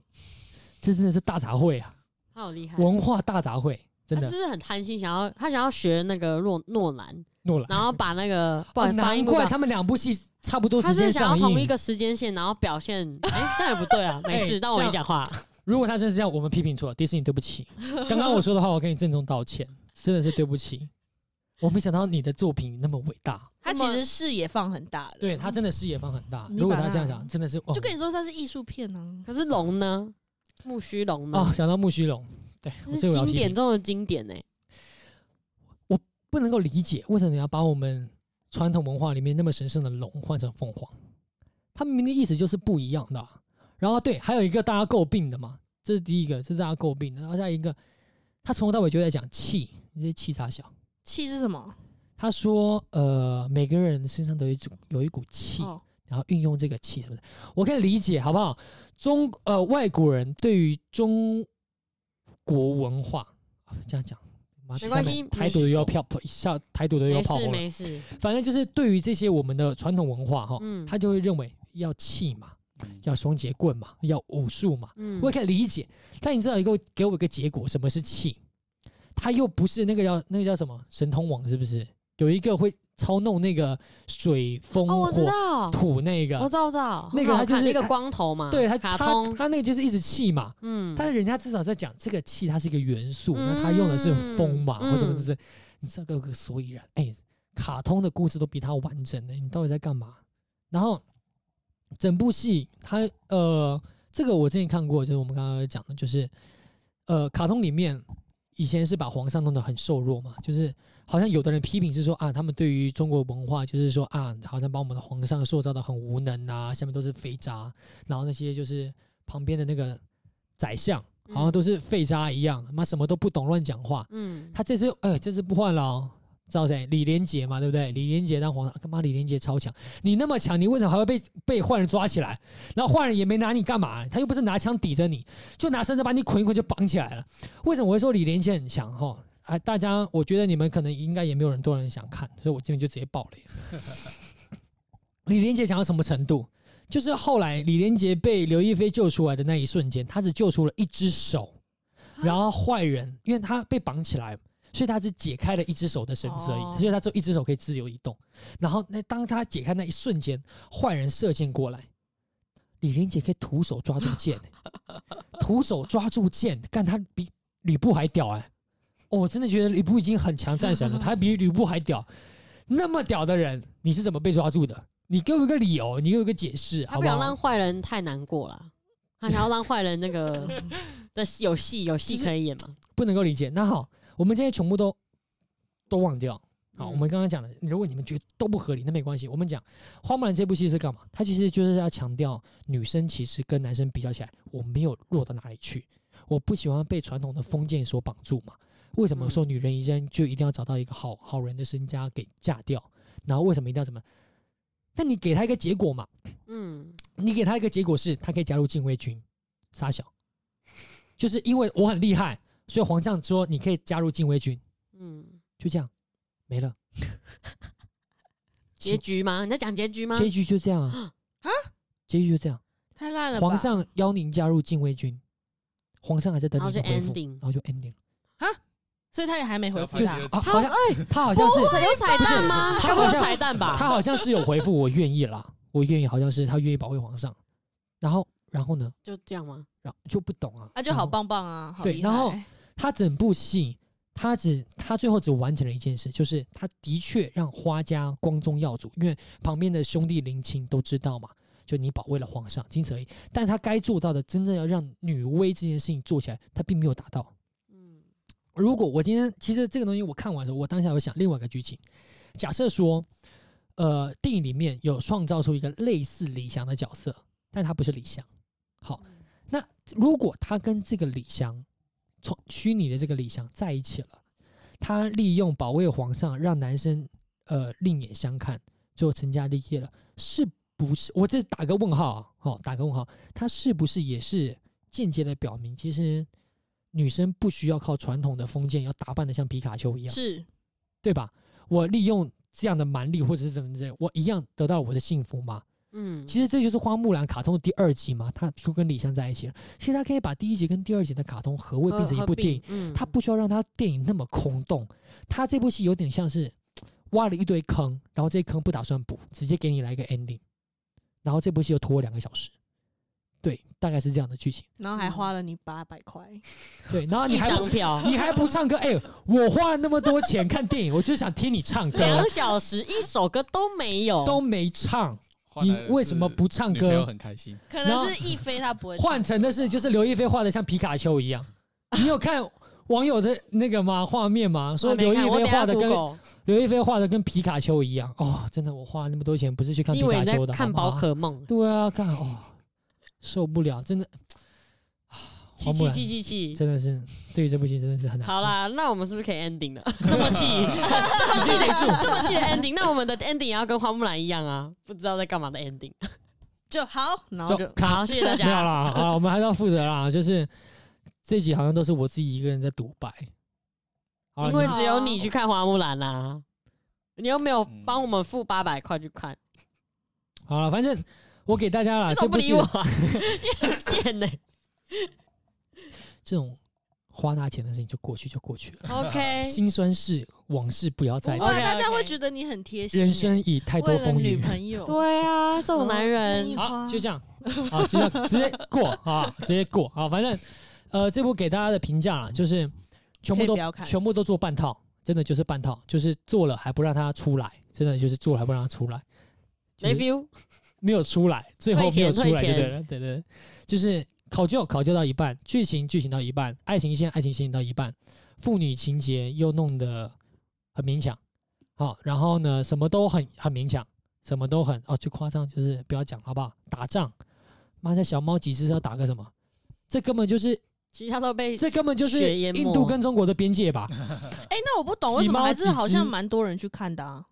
这真的是大杂烩啊，
他好厉害，
文化大杂烩，真
他
的
是不是很贪心，想要他想要学那个诺诺兰，
诺 兰。
然后把那个不好意
哦
思发
难
音不
怪
好
他们两部戏差不多
他
时
是
间
想要
上
同一
映。
个时间线，然后表现， 哎，这样也不对啊， 没
哎
事，当我
这
没
样
讲话。
如果他真是这样，我们批评错了，迪士尼对不起。刚刚我说的话，我跟你郑重道歉，真的是对不 起。我没想到你的作 品那么伟大，
他其实视野放很大的。
对他真的视野放很大。
你
如果
把
他这样
它
想，真的是哦
就跟你说他是艺术片啊，
可是龙呢？木须龙呢？
哦，想到木须龙，对
这
我
是
这个我要
经
批
典
评，
中的经典欸呢、
不能够理解为什么你要把我们传统文化里面那么神圣的龙换成凤凰，他明明的意思就是不一样的啊、然后对，还有一个大家诟病的嘛，这是第一个，这是大家诟病的。然后下一个，他从头到尾就在讲气，你这气啥小？
气是什么？
他说，呃，每个人身上都有一股有一股气，
哦，
然后运用这个气什么的，我可以理解，好不好？中呃，外国人对于中国文化啊这样讲，妈
没关系
台独的又要票下台独的又要
没
炮
事
火了，
没事，
反正就是对于这些我们的传统文化哈，
嗯
哦他就会认为要气嘛，要双节棍嘛，要武术嘛，
嗯
我也可以理解。但你知道一个给我一个结果，什么是气？他又不是那个叫那个叫什么神通网，是不是？有一个会操弄那个水风
哦，我知
火
道，
土那
我
个，
知道，我知道，
那个
很
他
好
就是
看那个
他
光头嘛，
对他
嗯卡
他
通，
他那个就是一直气嘛。
嗯，
但是人家至少在讲这个气，它是一个元素，那他用的是风嘛，
嗯
或什么之类，你知道个个所以然。哎、卡通的故事都比它完整的，你到底在干嘛？然后整部戏，它呃，这个我之前看过，就是我们刚刚讲的，就是呃，卡通里面以前是把皇上弄得很瘦弱嘛，就是好像有的人批评是说啊，他们对于中国文化就是说啊，好像把我们的皇上塑造的很无能啊，下面都是肥渣，然后那些就是旁边的那个宰相，好像都是废渣一样，妈什么都不懂，乱讲话。
嗯，
他这次，哎、这次不换了、哦，知道谁？李连杰嘛，对不对？李连杰当皇上，他妈李连杰超强，你那么强，你为什么还会被被坏人抓起来？然后坏人也没拿你干嘛，他又不是拿枪抵着你，就拿绳子把你捆一捆就绑起来了。为什么我会说李连杰很强？哈，啊，大家，我觉得你们可能应该也没有人多人想看，所以我今天就直接爆雷。李连杰强到什么程度？就是后来李连杰被刘亦菲救出来的那一瞬间，他只救出了一只手，然后坏人因为他被绑起来，所以他只解开了一只手的绳子而已，
哦
所以他只有一只手可以自由移动。然后那当他解开那一瞬间，坏人射箭过来，李连杰可以徒手抓住剑、徒手抓住剑，干他比吕布还屌哎、哦我真的觉得吕布已经很强战 神了，他比吕布还屌。那么屌的人，你是怎么被抓住的？你给我一个理由，你给我一个解释，
他
好
不
不
想
好
让？坏人 太难过了，他想要让坏人那个的戏有戏有戏可以演嘛，
不不能够理解。那好，我们这些全部都都忘掉。好，
嗯
我们刚刚讲的，如果你们觉得都不合理，那没关系。我们讲《花木兰》这部戏是干嘛？它其实就是要强调女生其实跟男生比较起来，我没有弱到哪里去。我不喜欢被传统的封建所绑住嘛。为什么说女人一生就一定要找到一个好好人的身家给嫁掉？然后为什么一定要怎么？那你给她一个结果嘛？
嗯，
你给他一个结果是，他可以加入禁卫军，傻小，就是因为我很厉害，所以皇上说你可以加入禁卫军，
嗯，
就这样，没了，
结局吗？你在讲结局吗？
结局就这样啊，结局就这样，
太烂了吧！
皇上邀您加入禁卫军，皇上还在等
然后
你的
就
回复，
ending
然后就 ending 了，
所以他也还没回复
就
他
是。
好好像哎他好像是
是有彩蛋吗？
不是
还会
他好
有
像
彩蛋吧？
他好像是有回复我愿意啦，我愿意，好像是他愿意保卫皇上，然后然后呢，
就这样吗？
然后就不懂啊，
啊，就
然
好
后
棒棒啊，好
对
厉
然后
害
他整部戏，他只他最后只完成了一件事，就是他的确让花家光宗耀祖，因为旁边的兄弟邻亲都知道嘛，就你保卫了皇上，仅此而已。但他该做到的，真正要让女威这件事情做起来，他并没有达到。
嗯
如果我今天其实这个东西我看完的时候，我当下有想另外一个剧情，假设说，呃，电影里面有创造出一个类似李翔的角色，但他不是李翔。好，那如果他跟这个李翔，从虚拟的这个李翔在一起了，他利用保卫皇上，让男生呃另眼相看，最后成家立业了，是不是？我这打个问号啊，好、打个问号，他是不是也是间接的表明，其实女生不需要靠传统的封建，要打扮的像皮卡丘一样，嗯
是
对吧？我利用这样的蛮力或者是怎么之类，我一样得到我的幸福吗？
嗯，
其实这就是花木兰卡通的第二集嘛，它就跟李湘在一起了。其实它可以把第一集跟第二集的卡通合嗯位变成一部电影，
影
它不需要让它电影那么空洞。它这部戏有点像是挖了一堆坑，然后这些坑不打算补，直接给你来一个 ending，然后这部戏又拖了两个小时。对，大概是这样的剧情。
然后还花了你八百块，
对，然后你
一
还不
张票
你还不唱歌？哎、我花了那么多钱看电影，我就想听你唱歌
两，小时一首歌都没有，
都没唱，
换
你
来的
为
是
什么不唱
女朋友
歌？
很开心，
可
然后
能是一飞他不会
换成的是就是刘亦菲画的像皮卡丘一 样，你有看网友的那个吗？画面吗？
我
说
还啊没
刘亦
看我
菲
等
画
下
的跟
Google
刘亦菲画的跟皮卡丘一样哦，真的，我花了那么多钱不是去看
你
皮
以为
卡
你在
丘的，
看
好
宝
吗？
可梦？
对啊，看哦，受不了，真的，啊
气
花木
气
兰
气气气！
真的是对于这部戏真的是很难。
好，啦，那我们是不是可以 ending 了？这么
直
细，
接结束。
这么细的 ending，那我们的 ending 也要跟花木兰一样啊，不知道在干嘛的 ending。
就好，然后
就
就
好，谢谢大
没有
家。
啦，好啦，我们还是要负责啦。就是这集好像都是我自己一个人在独白，好啦
因
你
为
们
只有哦你去看花木兰啦、啊，你又没有帮我们付八百块去看，
好了，反正我给大家啦，
你怎
这
么不
部
理
戏
我、啊？ 你很贱呢、
这种花大钱的事情就过去就过去了，
哎
OK，
辛酸事往事不要
不
再
会
提，
啊，
OK，OK
大家会觉得你很贴心耶。
人生已太多
为了
风
女
雨。
朋友，
对啊，这种男人
嗯
好，就这样，好，就这样，直接过 啊，直接过啊，反正呃，这部给大家的评价啦，就是全
可
部
以
都
不要看
全部都做半套，真的就是半套，就是做了还不让它出来，真的就是做了还不让它出来，就
没
是
view，
没有出来，最后没有出
退
来，对不对
钱退钱
了？对对对，就是考究考究到一半，剧情剧情到一半，爱情线爱情线到一半，父女情节又弄得很勉强，好、然后呢，什么都很很勉强，什么都很哦，最夸张就是不要讲好不好？打仗，妈的小猫几次是要打个什么？这根本就是，
其他都被
这根本就
哎血
是
淹没
印度跟中国的边界吧？
哎，那我不懂为
几
什么
猫
还是
几
好像
只
蛮多人去看的啊，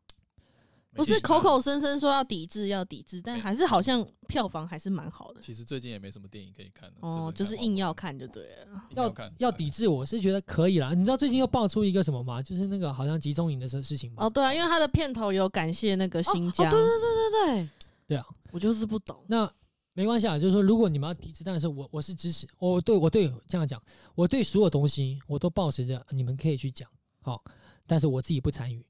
不
没
是
事
口
啊。
口声声说要抵制要抵制，但还是好像票房还是蛮好的。
其实最近也没什么电影可以看了，
哦，
真的
就是
看
硬
花
要
木兰
看就对了。
硬
要
看
要
对
抵制，我是觉得可以啦。你知道最近又爆出一个什么吗？就是那个好像集中营的事事情嘛。
哦，对啊，因为他的片头有感谢那个新
哦
疆
哦，，对对对对对，
啊
我就是不懂。
那没关系啊，就是说，如果你们要抵制，但是我我是支持，我对我对这样讲，我对所有东西我都保持着，你们可以去讲好，但是我自己不参与。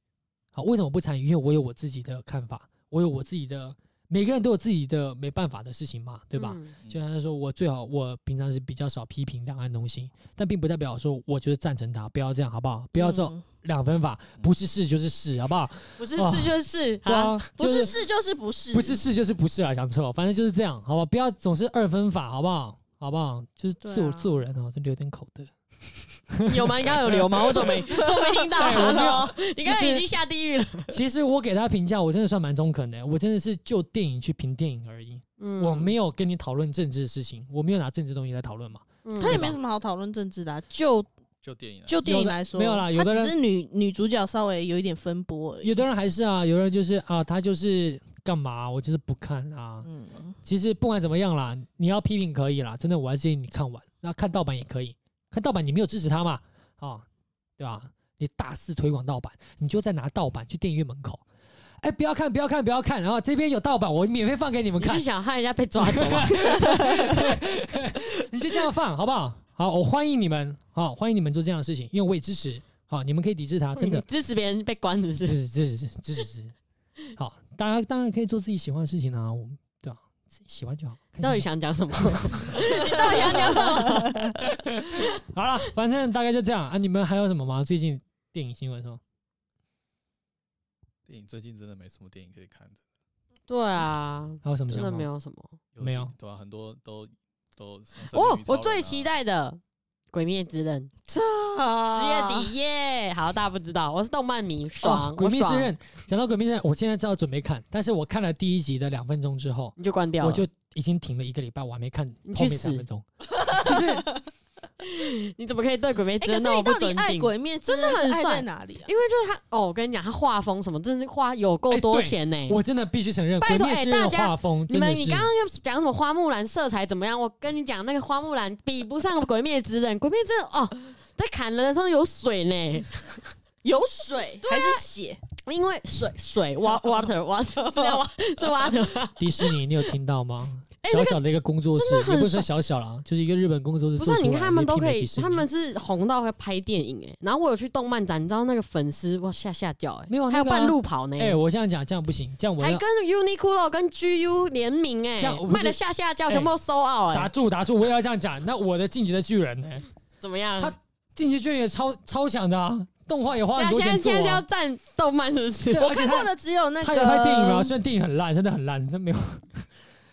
好，为什么不参与？因为我有我自己的看法，我有我自己的，每个人都有自己的没办法的事情嘛，对吧？
嗯
就像他说，我最好我平常是比较少批评两岸东西，但并不代表说我就是赞成他，不要这样好不好？不要这种
嗯
两分法，不是是就是是，好不好？
不是
哦
是就是
对啊，
不
就是
是就是不是，
不是是就是不是啊，讲错，反正就是这样，好吧，不要总是二分法，好不好？好不好？就是
对啊
做、做人哦，这留点口德。
有吗？你刚刚有留 吗？我怎么没怎么没听到
哎我没有
？Hello，你
其
刚刚
实
已经下地狱了。
其实我给他评价，我真的算蛮中肯的。欸我真的是就电影去评电影而已，
嗯
我没有跟你讨论政治的事情，我没有拿政治东西来讨论嘛。
嗯
他也
对吧
没什么好讨论政治的啊、就
就电影、啊，
就电影
有的
来说，
没有啦有的
他
人
只是女女主角稍微有一点分波而已。
有的人还是啊，有的人就是啊，他就是干嘛，我就是不看啊。
嗯，
其实不管怎么样啦，你要批评可以啦，真的，我还是建议你看完。那看盗版也可以，看盗版你没有支持他嘛，啊，对吧？你大肆推广盗版，你就再拿盗版去电影院门口，哎，不要看，不要看，不要看，然后这边有盗版，我免费放给你们
你
看
是，想害人家被抓走 啊？
你就这样放好不好？好，我欢迎你们，好，欢迎你们做这样的事情，因为我也支持，好，你们可以抵制他，真的
你，支持别人被关是不
支持
是？
支持支持支持。好，大家当然可以做自己喜欢的事情啊，我们对啊，自己喜欢就好。开
你
心
到底
就
想讲什 么？你到底想讲什么？
好好了，反正大概就这样啊。你们还有什么吗？最近电影新闻说，
电影最近真的没什么电影可以看的，
对啊，
还有什么
真
想
的
法
没？有什么。
尤
没
其
有
对啊，很多都
哦
都像神
哦
力女，超
我
人
最
啊
期待的《鬼灭之刃》
啊
啊
十月底耶！好，大家不知道，我是动漫迷，爽，
哦鬼
我
灭之
爽
刃》。讲到《鬼灭之刃》，我现在正要准备看，但是我看了第一集的两分钟之后，
你就关掉了，
我就已经停了一个礼拜，我还没看
你
后
去
面
死
三分钟。就是
你怎么可以对鬼灭
哎，
之
可是
刃那
你
么不
到底
尊
爱
敬？
鬼灭真
真的很
爱
帅
在哪里啊？
因为就是他哦，我跟你讲，他画风什么，真是画有够
哎
多
对
钱呢、
我真的必须承认，《
拜
鬼
托
灭
哎
之刃
大》家
画风
你
真
们，
的是
你刚刚又讲什么花木兰色彩怎么样？我跟你讲，那个花木兰比不上《鬼灭之刃》，《鬼灭之刃》哦，在砍人的时候有 水呢，
有水
啊
还是血？
因为水水 wa- water water 是要 wa- 是 water，吗
迪士尼，你有听到吗？
哎
小小的一个工作室，
真的很
也不是说小小啦，就是一个日本工作室
不
做
是
出来
啊
的。
你看他们都可
也媲美
以
迪，士尼
他们是红到会拍电影哎、然后我有去动漫展，你知道那个粉丝哇吓吓叫哎、
没有
还有
那个啊
半路跑呢、欸
哎、我这样讲这样不行，这样我
还
要
跟 Uniqlo 跟 GU 联名哎、
这样我不是
卖的吓吓叫，
哎
全部都收 out 哎、
打住打住，我也要这样讲。那我的《进击的巨人》呢？
怎么样？
他进击巨人也超超强的啊，动画也花很
那
多
现在
钱做
现在是要
啊。
站动漫是不是？
对啊
我
而且
看
他
过的只有那个
他有拍电影啊，虽然电影很烂，真的很烂，但没有。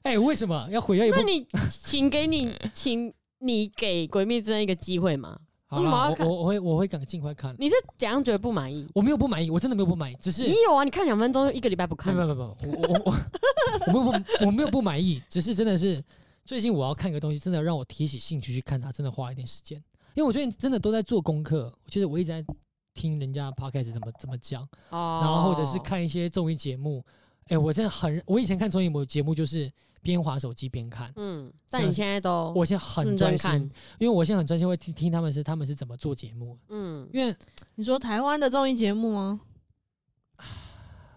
哎、为什么要毁掉一部
那？你请给 你，请你给《鬼灭之刃》一个机会嘛？
好
为什么要
啦，我
看
我我会我会赶尽快看。
你是怎样觉得不满意？
我没有不满意，我真的没有不满意，只是
你有啊？你看两分钟，一个礼拜不看
没，有没有没有，我我我 我没有不我没有不满意，只是真的是最近我要看一个东西，真的让我提起兴趣去看它，真的花一点时间。因为我最近真的都在做功课，就是我一直在听人家 podcast 怎么怎么讲，
哦嗯
然后或者是看一些综艺节目。哎、我真的很，我以前看综艺节目就是边划手机边看，
嗯，但你现在都
我现在很
认
专
真
心
看，
因为我现在很专心会听听他们是他们是怎么做节目，
嗯，
因为
你说台湾的综艺节目吗？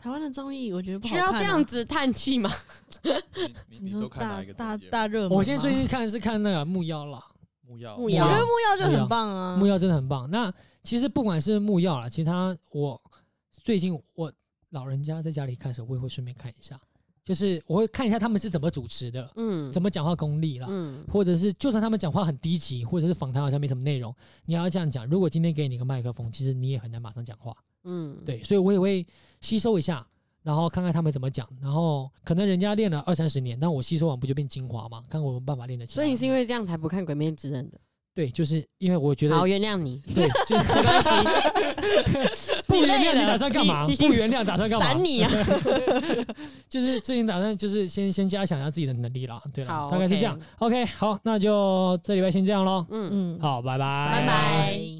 台湾的综艺我觉得不好
需
看、
要
啊。
这样子叹气吗？
你你
你
你
说
都看哪
大
一个
大
节目
大热门吗，
我现在最近看的是看那个木曜啦，
木
哦
曜
木
我觉
曜
得木曜就很棒
嗯
啊，
木曜真的很棒。那其实不管是木曜啦，其他我最近我老人家在家里看的时候，我也会顺便看一下，就是我会看一下他们是怎么主持的，
嗯
怎么讲话功力啦，
嗯，
或者是就算他们讲话很低级，或者是访谈好像没什么内容，你要这样讲，如果今天给你个麦克风，其实你也很难马上讲话。
嗯，
对，所以我也会吸收一下，然后看看他们怎么讲，然后可能人家练了二三十年，但我吸收完不就变精华嘛？看我有没有办法练得起来。
所以你是因为这样才不看《鬼灭之刃》的？
对，就是因为我觉得
好，原谅你，
对，就是
没关系，
不原
累
谅你
了
打算干嘛？
你你
不原谅打算干
闪
嘛？
你啊！
就是最近打算就是先先加强一下自己的能力啦，对啦，
好
大概是
OK
这样。OK，好，那就这礼拜先这样喽。
嗯，
嗯，
好，拜拜，
拜拜。